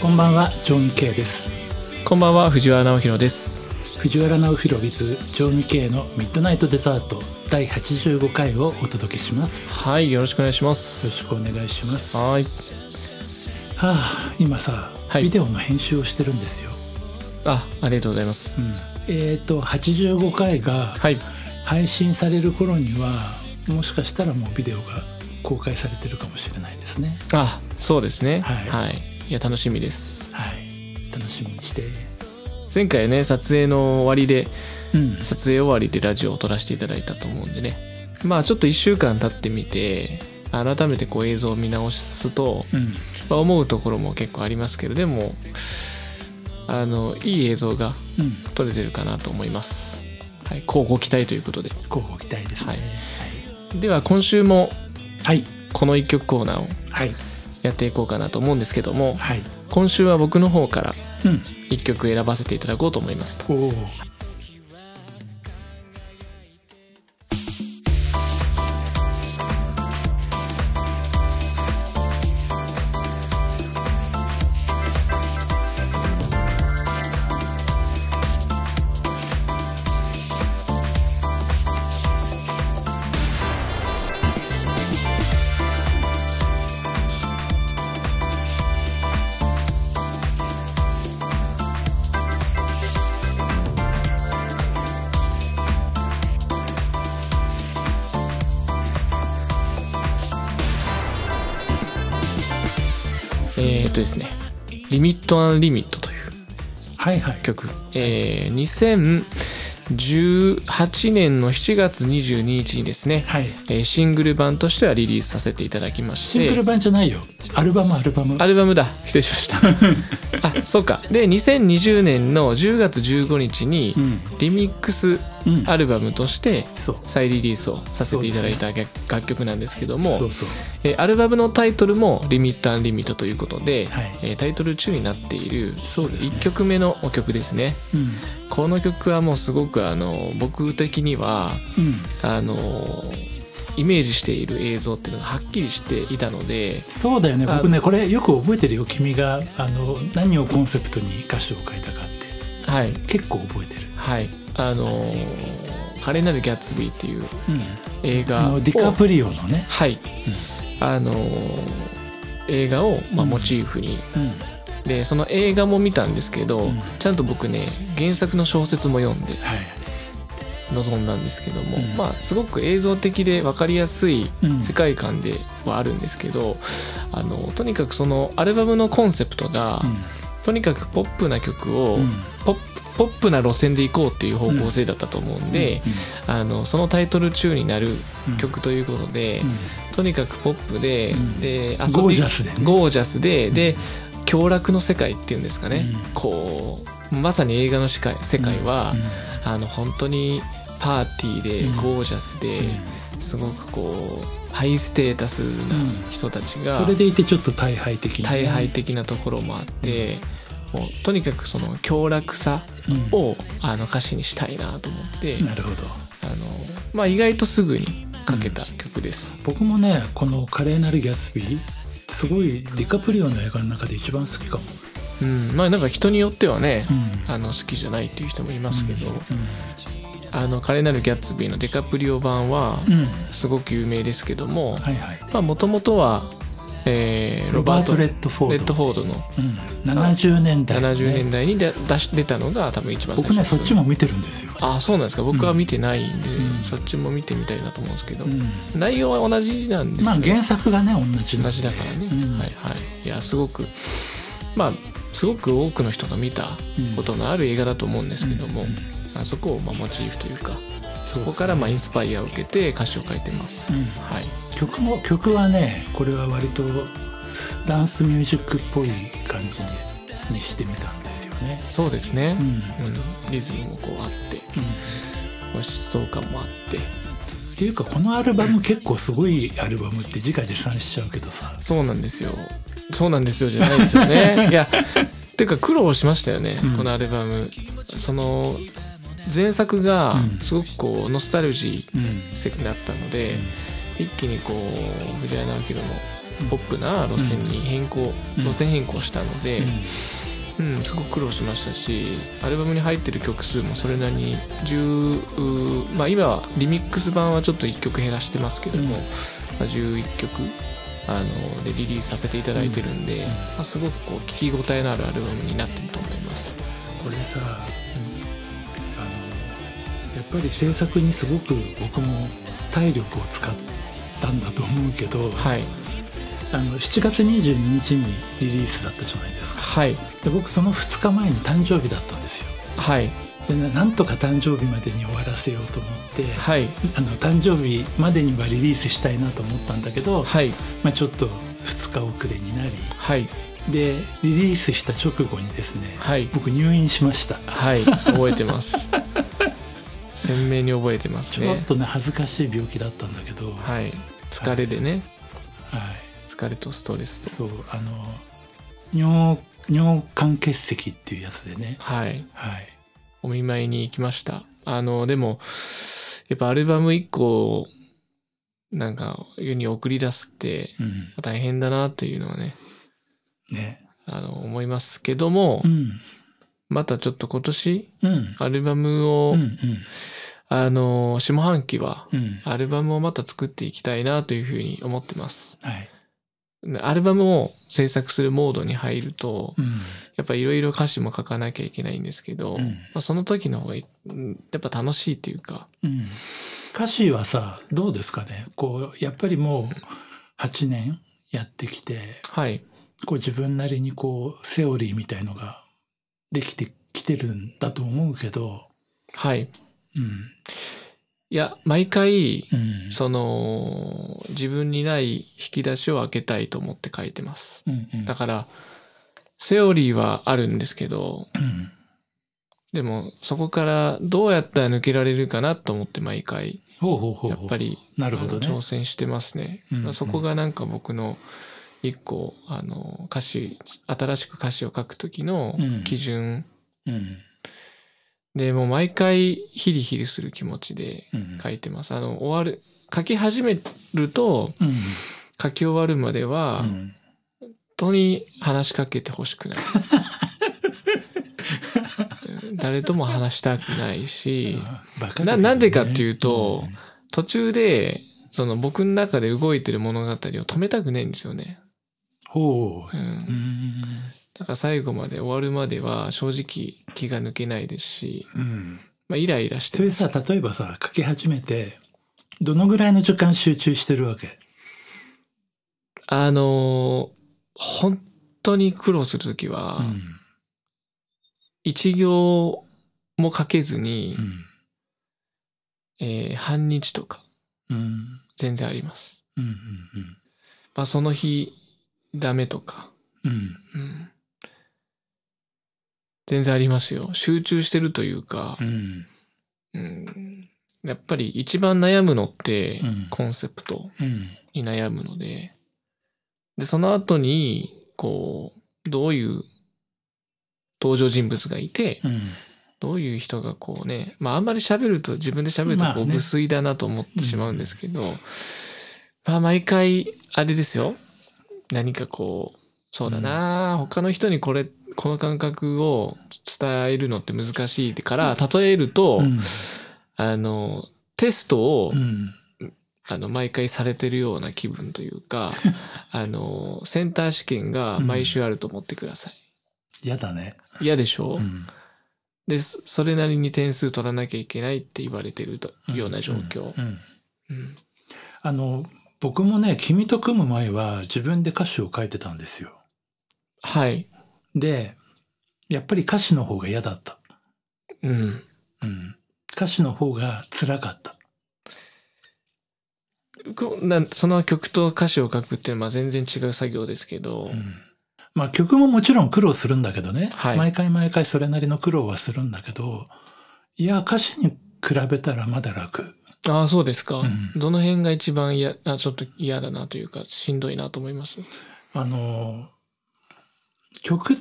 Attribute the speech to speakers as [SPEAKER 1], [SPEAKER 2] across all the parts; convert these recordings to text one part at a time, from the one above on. [SPEAKER 1] こんばんは、ジョン・ケイです。
[SPEAKER 2] こんばんは、藤原直弘です。
[SPEAKER 1] 藤原直弘 with ジョン・ケイのミッドナイトデザート第85回をお届けします。よ
[SPEAKER 2] はい、よろしくお願いしま
[SPEAKER 1] ろ
[SPEAKER 2] す。
[SPEAKER 1] しくお願いします。は
[SPEAKER 2] はい。
[SPEAKER 1] あ、今さ、
[SPEAKER 2] はい
[SPEAKER 1] ビデオの編集をしてるんですよ。
[SPEAKER 2] あ、ありがとうございます
[SPEAKER 1] う。ん、えっ、と85回が
[SPEAKER 2] はい。
[SPEAKER 1] 配信される頃には、もしかしたらもうビデオが公開されてるかもしれないですね。
[SPEAKER 2] あ、そうですね。
[SPEAKER 1] はい
[SPEAKER 2] はい。いや、楽しみです。
[SPEAKER 1] はい、楽しみにして。
[SPEAKER 2] 前回ね、撮影の終わりで、
[SPEAKER 1] うん、
[SPEAKER 2] 撮影終わりでラジオを撮らせていただいたと思うんでね。まあ、ちょっと1週間経ってみて、改めてこう映像を見直すと、
[SPEAKER 1] うん、
[SPEAKER 2] まあ思うところも結構ありますけれども、あの、いい映像が
[SPEAKER 1] うん、
[SPEAKER 2] 撮れてるかなと思います。はい、乞うご期待ということで。
[SPEAKER 1] こうご期待ですね。
[SPEAKER 2] では、今週も
[SPEAKER 1] はい、
[SPEAKER 2] この一曲コーナーを
[SPEAKER 1] はい、
[SPEAKER 2] やっていこうかなと思うんですけども
[SPEAKER 1] はい、
[SPEAKER 2] 今週は僕の方から
[SPEAKER 1] うん、
[SPEAKER 2] 一曲選ばせていただこうと思いますと
[SPEAKER 1] おお、
[SPEAKER 2] えー、っとですね「リミットアンリミットという
[SPEAKER 1] はいはい、
[SPEAKER 2] 曲、えー2018年の7月22日にですね、
[SPEAKER 1] はい。
[SPEAKER 2] えーシングル版としてはリリースさせていただきまして
[SPEAKER 1] シングル版じゃないよ。アルバムアルバム。
[SPEAKER 2] アルバムだ失礼しました あそうかで2020年の10月15日に
[SPEAKER 1] うん
[SPEAKER 2] リミックス
[SPEAKER 1] うん。
[SPEAKER 2] アルバムとして
[SPEAKER 1] そう。
[SPEAKER 2] 再リリースをさせていただいた楽楽曲なんですけども
[SPEAKER 1] そうそう。
[SPEAKER 2] えーアルバムのタイトルも「リミット・アンリミット」ということで、
[SPEAKER 1] はい
[SPEAKER 2] えータイトル中になっている
[SPEAKER 1] そうですね
[SPEAKER 2] 1曲目のお曲ですね
[SPEAKER 1] う
[SPEAKER 2] この曲はもうすごくあの僕的には
[SPEAKER 1] ん。うん。
[SPEAKER 2] あのイメージしている映像っていうのがはっきりしていたので
[SPEAKER 1] そうだよね。
[SPEAKER 2] あ
[SPEAKER 1] 僕ねこれよく覚えてるよ。君があの何をコンセプトに歌詞を書いたかって
[SPEAKER 2] はい
[SPEAKER 1] 結構覚えてる。
[SPEAKER 2] はいあの「華麗なるギャッツビー」っていう
[SPEAKER 1] うん。
[SPEAKER 2] 映画
[SPEAKER 1] あ
[SPEAKER 2] を
[SPEAKER 1] のディカプリオのね。
[SPEAKER 2] はい、あの映画を、まあ、
[SPEAKER 1] うん
[SPEAKER 2] モチーフに
[SPEAKER 1] うん。
[SPEAKER 2] でその映画も見たんですけど、
[SPEAKER 1] うん
[SPEAKER 2] ちゃんと僕ね原作の小説も読んで
[SPEAKER 1] はい。
[SPEAKER 2] 臨んだんですけども、
[SPEAKER 1] うん
[SPEAKER 2] まあすごく映像的で分かりやすい
[SPEAKER 1] うん
[SPEAKER 2] 世界観ではあるんですけど、あのとにかくそのアルバムのコンセプトが、とにかくポップな曲を、
[SPEAKER 1] うん。うん
[SPEAKER 2] ポップポップな路線で行こうっていう方向性だったと思うんで、あのそのタイトル中になる
[SPEAKER 1] うん
[SPEAKER 2] 曲ということで、
[SPEAKER 1] うん
[SPEAKER 2] とにかくポップで、
[SPEAKER 1] うん
[SPEAKER 2] で遊び
[SPEAKER 1] ゴージャスでね
[SPEAKER 2] ゴージャスでで享楽の世界っていうんですかね、
[SPEAKER 1] うん
[SPEAKER 2] こうまさに映画の世界世界は、あの本当にパーティー
[SPEAKER 1] うん
[SPEAKER 2] でゴージャスで、
[SPEAKER 1] うんうん
[SPEAKER 2] すごくこうハイステータスな人たちが
[SPEAKER 1] それでいてちょっと大敗的なね。
[SPEAKER 2] 大敗的なところもあって、もうとにかくその享楽さ
[SPEAKER 1] うん。
[SPEAKER 2] をあの歌詞にしたいなと思って、
[SPEAKER 1] なるほど。
[SPEAKER 2] あのまあ、意外とすぐに書けた曲です。
[SPEAKER 1] 僕もねこの「華麗なるギャツビー」すごいディカプリオの映画の中で一番好きかも、
[SPEAKER 2] うんまあ、なんか人によってはね、
[SPEAKER 1] ん、
[SPEAKER 2] あの好きじゃないっていう人もいま
[SPEAKER 1] ます
[SPEAKER 2] けど、あの華麗なるギャッツビーのデカプリオ版は
[SPEAKER 1] うん、うん
[SPEAKER 2] すごく有名ですけども、
[SPEAKER 1] はいはい
[SPEAKER 2] まあもともとは、えー
[SPEAKER 1] ロ
[SPEAKER 2] ロ
[SPEAKER 1] バ
[SPEAKER 2] バ
[SPEAKER 1] ー
[SPEAKER 2] ー
[SPEAKER 1] ト・
[SPEAKER 2] ト・
[SPEAKER 1] レ
[SPEAKER 2] レ
[SPEAKER 1] ッドフォード
[SPEAKER 2] ッドフォードの
[SPEAKER 1] うん、70年代、ね、
[SPEAKER 2] 70年代に出出し出たのが多分一番最
[SPEAKER 1] 僕
[SPEAKER 2] 初
[SPEAKER 1] ね
[SPEAKER 2] です
[SPEAKER 1] そ
[SPEAKER 2] よ
[SPEAKER 1] っちも見てるんですよ、
[SPEAKER 2] あそうなんですか僕は見てないんで、
[SPEAKER 1] うん
[SPEAKER 2] そっちも見てみたいなと思うんですけど、
[SPEAKER 1] うん、
[SPEAKER 2] 内容は同じなんですよ、
[SPEAKER 1] まあ原作がね同じ
[SPEAKER 2] 同じだからね、
[SPEAKER 1] うん
[SPEAKER 2] はいはいいやすごくまあすごく多くの人が見たことのある映画だと思うんですけども、
[SPEAKER 1] うんうん
[SPEAKER 2] あそこをまあモチーフというか
[SPEAKER 1] そ
[SPEAKER 2] そこからまあインスパイアを受けて歌詞を書いてます、
[SPEAKER 1] うん、
[SPEAKER 2] はい
[SPEAKER 1] 曲も曲はねこれは割とダンスミュージックっぽい感じにしてみたんですよね、
[SPEAKER 2] そうですね
[SPEAKER 1] う、ん
[SPEAKER 2] うんリズムもこうあって
[SPEAKER 1] うん
[SPEAKER 2] ご疾走感もあっ
[SPEAKER 1] っ
[SPEAKER 2] て
[SPEAKER 1] ていうかこのアルバム結構すごいアルバムって自家自賛しちゃうけどさ
[SPEAKER 2] そうなんですよそうなんですよじゃないですよ ねいやてか苦労しましたよね、
[SPEAKER 1] うん
[SPEAKER 2] このアルバムその前作が
[SPEAKER 1] うん
[SPEAKER 2] すごくこうノスタルジー
[SPEAKER 1] うん
[SPEAKER 2] 席だったので、一気にこう藤原直樹のポップな路線に変更、
[SPEAKER 1] うん
[SPEAKER 2] 路線変更したので、うんすごく苦労しましたしアルバムに入ってる曲数もそれなりに10まあ今はリミックス版はちょっと1曲減らしてますけども、
[SPEAKER 1] うん
[SPEAKER 2] まあ、11曲あのでリリースさせていただいてるんで、
[SPEAKER 1] うん
[SPEAKER 2] まあ、すごくこう聴き応えのあるアルバムになってると思います。
[SPEAKER 1] これさ、あのやっぱり制作にすごく僕も体力を使ったんだと思うけど、
[SPEAKER 2] はい、
[SPEAKER 1] あの7月22日にリリースだったじゃないですか
[SPEAKER 2] はい、
[SPEAKER 1] で僕その2日前に誕生日だったんですよ
[SPEAKER 2] はい、
[SPEAKER 1] でななんとか誕生日までに終わらせようと思って、
[SPEAKER 2] はい、
[SPEAKER 1] あの誕生日までにはリリースしたいなと思ったんだけど、
[SPEAKER 2] はい、
[SPEAKER 1] まあ、ちょっと2日遅れになり
[SPEAKER 2] はい、
[SPEAKER 1] でリリースした直後にですね、
[SPEAKER 2] はい、
[SPEAKER 1] 僕入院しました
[SPEAKER 2] はい、覚えて ます。鮮明に覚えてます
[SPEAKER 1] ちょ
[SPEAKER 2] ね
[SPEAKER 1] っ。とね恥ずかしい病気だったんだけど、はい
[SPEAKER 2] はい、疲れでね、
[SPEAKER 1] はい、
[SPEAKER 2] 疲れとストレスと。
[SPEAKER 1] そうあの尿尿管結石っていうやつでね
[SPEAKER 2] はい、
[SPEAKER 1] はい
[SPEAKER 2] お見舞いに行きました。あの、でも、やっぱアルバム1個を、なんか、世に送り出すって、
[SPEAKER 1] うん
[SPEAKER 2] 大変だなというのはね、
[SPEAKER 1] ね
[SPEAKER 2] あの、思いますけども、
[SPEAKER 1] うん
[SPEAKER 2] またちょっと今年、
[SPEAKER 1] うん
[SPEAKER 2] アルバムを、
[SPEAKER 1] うん
[SPEAKER 2] あの、下半期は、
[SPEAKER 1] うんうん
[SPEAKER 2] アルバムをまた作っていきたいなというふうに思ってます。
[SPEAKER 1] はい
[SPEAKER 2] アルバムを制作するモードに入ると、
[SPEAKER 1] うん
[SPEAKER 2] やっぱいろいろ歌詞も書かなきゃいけないんですけど、
[SPEAKER 1] うん
[SPEAKER 2] まあ、その時の方がいうんやっぱ楽しいっていうか、
[SPEAKER 1] うん歌詞はさどうですかねこうやっぱりもう8年やってきて
[SPEAKER 2] はい、
[SPEAKER 1] こう自分なりにこうセオリーみたいのができてきてるんだと思うけど
[SPEAKER 2] はい。
[SPEAKER 1] うん
[SPEAKER 2] いや、毎回、
[SPEAKER 1] うん
[SPEAKER 2] その、自分にない引き出しを開けたいと思って書いてます。
[SPEAKER 1] うんうん
[SPEAKER 2] だから、セオリーはあるんですけど、
[SPEAKER 1] うん
[SPEAKER 2] でもそこからどうやったら抜けられるかなと思って毎回、
[SPEAKER 1] ほうほうほう
[SPEAKER 2] や
[SPEAKER 1] ほ
[SPEAKER 2] っ
[SPEAKER 1] う
[SPEAKER 2] ぱり
[SPEAKER 1] なる
[SPEAKER 2] あ
[SPEAKER 1] ほど
[SPEAKER 2] の
[SPEAKER 1] ね
[SPEAKER 2] 挑戦してますね。
[SPEAKER 1] うんうん
[SPEAKER 2] そこがなんか僕の一個あの歌詞新しく歌詞を書く時の
[SPEAKER 1] うん
[SPEAKER 2] 基準、
[SPEAKER 1] うん
[SPEAKER 2] でもう毎回ヒリヒリする気持ちで
[SPEAKER 1] うん
[SPEAKER 2] 書いてます。あの終わる書き始めると
[SPEAKER 1] うん
[SPEAKER 2] 書き終わるまでは、
[SPEAKER 1] う
[SPEAKER 2] 本
[SPEAKER 1] ん
[SPEAKER 2] 当に話しかけてほしく ない。誰とも話したくないし。ななんでかっていうと途中でその僕の中で動いてる物語を止めたくないんですよね。
[SPEAKER 1] ほ
[SPEAKER 2] う、
[SPEAKER 1] うんん
[SPEAKER 2] だから最後まで終わるまでは正直気が抜けないですし、
[SPEAKER 1] うん
[SPEAKER 2] まあ、イライラして
[SPEAKER 1] それさ例えばさ書き始めてどのぐらいの時間集中してるわけ
[SPEAKER 2] あのー本当に苦労する時は
[SPEAKER 1] うん
[SPEAKER 2] 一行も書けずに、
[SPEAKER 1] うん
[SPEAKER 2] えー半日とか
[SPEAKER 1] うん
[SPEAKER 2] 全然あります。
[SPEAKER 1] うんうん
[SPEAKER 2] まあ、その日ダメとか、
[SPEAKER 1] うんうん
[SPEAKER 2] うん、全然ありますよ。集中してるというか、
[SPEAKER 1] うん
[SPEAKER 2] うんやっぱり一番悩むのって
[SPEAKER 1] うん
[SPEAKER 2] コンセプト
[SPEAKER 1] うん
[SPEAKER 2] に悩むのででその後にこうどういう登場人物がいてどういう人がこうねまああんまり喋ると自分で喋ると
[SPEAKER 1] まあ
[SPEAKER 2] こ
[SPEAKER 1] ね
[SPEAKER 2] う無粋だなと思ってしまうんですけど、まあ毎回あれですよ何かこうそうだな、他の人にこれこの感覚を伝えるのって難しいから例えると、
[SPEAKER 1] うん
[SPEAKER 2] あの、テストを、
[SPEAKER 1] うん
[SPEAKER 2] あの、毎回されてるような気分という か、あの、センター試験が毎週あると思ってください。
[SPEAKER 1] やだね
[SPEAKER 2] 嫌でしょ、
[SPEAKER 1] うん
[SPEAKER 2] で、そそれなりに点数取らなきゃいけないって言われてるとような状況。
[SPEAKER 1] うん
[SPEAKER 2] うん
[SPEAKER 1] あの僕もね君と組む前は自分で歌詞を書いてたんですよ
[SPEAKER 2] はい。
[SPEAKER 1] でやっぱり歌詞の方が嫌だった
[SPEAKER 2] うん。
[SPEAKER 1] うん歌詞の方が辛かった
[SPEAKER 2] こなんその曲と歌詞を書くっていうのはまあ全然違う作業ですけど、
[SPEAKER 1] うんまあ曲ももちろん苦労するんだけどね、
[SPEAKER 2] はい
[SPEAKER 1] 毎回毎回それなりの苦労はするんだけどいや歌詞に比べたらまだ楽
[SPEAKER 2] ああ、そうですか、
[SPEAKER 1] うん
[SPEAKER 2] どの辺が一番嫌、あちょっと嫌だなというか、しんどいなと思います。
[SPEAKER 1] あの曲っ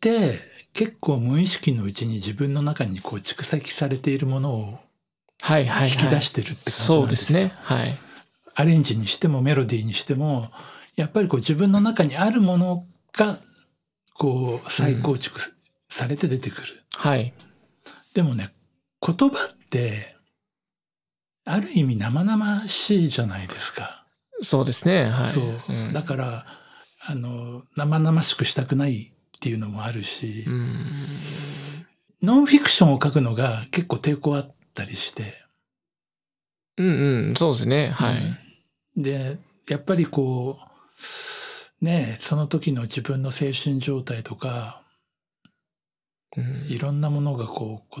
[SPEAKER 1] て結構無意識のうちに自分の中にこう蓄積されているものを
[SPEAKER 2] はいはいはい。
[SPEAKER 1] 引き出してるって感じ
[SPEAKER 2] そ
[SPEAKER 1] な
[SPEAKER 2] うんで
[SPEAKER 1] ですす
[SPEAKER 2] ね。はい。
[SPEAKER 1] アレンジにしてもメロディーにしてもやっぱりこう自分の中にあるものがこう再構築されて出てくる、
[SPEAKER 2] はい。
[SPEAKER 1] でもね言葉ってある意味生々しいじゃないですか、
[SPEAKER 2] そうですね。はい。
[SPEAKER 1] そう
[SPEAKER 2] うん
[SPEAKER 1] だからあの生々しくしたくないっていうのもあるし、
[SPEAKER 2] うん。
[SPEAKER 1] ノンフィクションを書くのが結構抵抗あったりして、
[SPEAKER 2] うんうん。そうですね。はい。
[SPEAKER 1] うんでやっぱりこうねえその時の自分の精神状態とか
[SPEAKER 2] うん
[SPEAKER 1] いろんなものがこうこ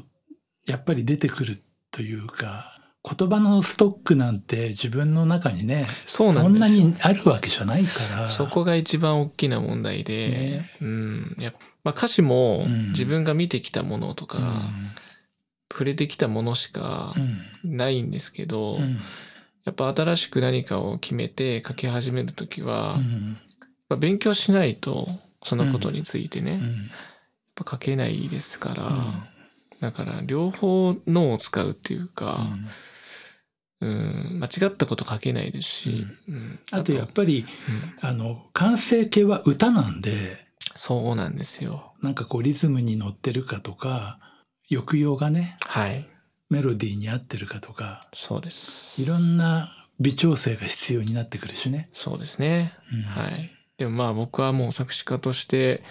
[SPEAKER 1] やっぱり出てくるというか言葉のストックなんて自分の中にね
[SPEAKER 2] そうなんんで
[SPEAKER 1] な
[SPEAKER 2] すよ。
[SPEAKER 1] にあるわけじゃないから
[SPEAKER 2] そこが一番大きな問題で、
[SPEAKER 1] ね
[SPEAKER 2] うんやっぱまあ、歌詞も
[SPEAKER 1] うん
[SPEAKER 2] 自分が見てきたものとか、
[SPEAKER 1] うん
[SPEAKER 2] 触れてきたものしかないんですけど、
[SPEAKER 1] うんうん
[SPEAKER 2] やっぱ新しく何かを決めて書き始める時は、
[SPEAKER 1] う
[SPEAKER 2] やっ
[SPEAKER 1] ん
[SPEAKER 2] ぱ勉強しないとそのことについてね、
[SPEAKER 1] う
[SPEAKER 2] やっ
[SPEAKER 1] ん
[SPEAKER 2] ぱ書けないですから、
[SPEAKER 1] うん
[SPEAKER 2] だから両方脳を使うっていうか、うん間違ったこと書けないですし、うん
[SPEAKER 1] あとやっぱり
[SPEAKER 2] うん
[SPEAKER 1] あの完成形は歌なんで
[SPEAKER 2] そうなんですよ。
[SPEAKER 1] なんかこうリズムに乗ってるかとか抑揚がね
[SPEAKER 2] はい
[SPEAKER 1] メロディーに合ってるかとか
[SPEAKER 2] そうです。
[SPEAKER 1] いろんな微調整が必要になってくるしね。
[SPEAKER 2] そうですね。
[SPEAKER 1] うん
[SPEAKER 2] はい。でもまあ僕はもう作詞家として、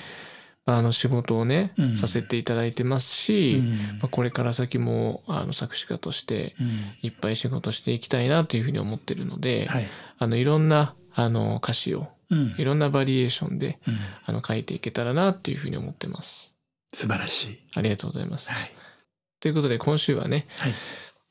[SPEAKER 2] あの仕事をね、
[SPEAKER 1] うん
[SPEAKER 2] させていただいてます
[SPEAKER 1] う
[SPEAKER 2] し、
[SPEAKER 1] ん
[SPEAKER 2] まあ、これから先もあの作詞家として
[SPEAKER 1] うん
[SPEAKER 2] いっぱい仕事していきたいなというふうに思ってるので、
[SPEAKER 1] はい。
[SPEAKER 2] あのいろんなあの歌詞を
[SPEAKER 1] うん
[SPEAKER 2] いろんなバリエーションで
[SPEAKER 1] うん
[SPEAKER 2] あの書いていけたらなっていうふうに思ってます。
[SPEAKER 1] 素晴らしい。
[SPEAKER 2] ありがとうございます。
[SPEAKER 1] はい。
[SPEAKER 2] ということで今週はね、
[SPEAKER 1] はい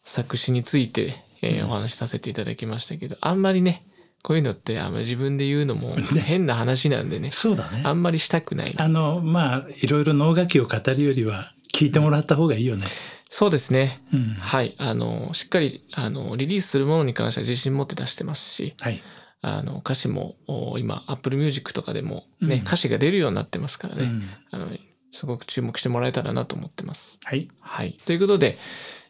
[SPEAKER 2] 作詞について、えー
[SPEAKER 1] うん
[SPEAKER 2] お話しさせていただきましたけど、あんまりねこういうのってあんまり自分で言うの も変な話なんでね
[SPEAKER 1] そうだね。
[SPEAKER 2] あ
[SPEAKER 1] あ
[SPEAKER 2] んまりしたくない
[SPEAKER 1] の、まあ、いろいろ能書きを語るよりは、聞いてもらった方がいいよね。
[SPEAKER 2] そうですね
[SPEAKER 1] うん。
[SPEAKER 2] はいあのしっかりあのリリースするものに関しては自信持って出してますし
[SPEAKER 1] はい。
[SPEAKER 2] あの歌詞もお今 Apple Music とかでも、ね
[SPEAKER 1] うん
[SPEAKER 2] 歌詞が出るようになってますからね、
[SPEAKER 1] うん
[SPEAKER 2] あのすごく注目してもらえたらなと思ってます。
[SPEAKER 1] はい。
[SPEAKER 2] はい、ということで、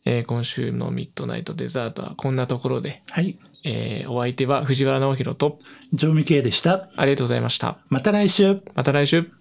[SPEAKER 2] えー今週の「ミッドナイトデザート」はこんなところで、
[SPEAKER 1] はい。
[SPEAKER 2] えーお相手は藤原直弘と
[SPEAKER 1] 常味系でした。
[SPEAKER 2] ありがとうございました。
[SPEAKER 1] また来週。
[SPEAKER 2] また来週。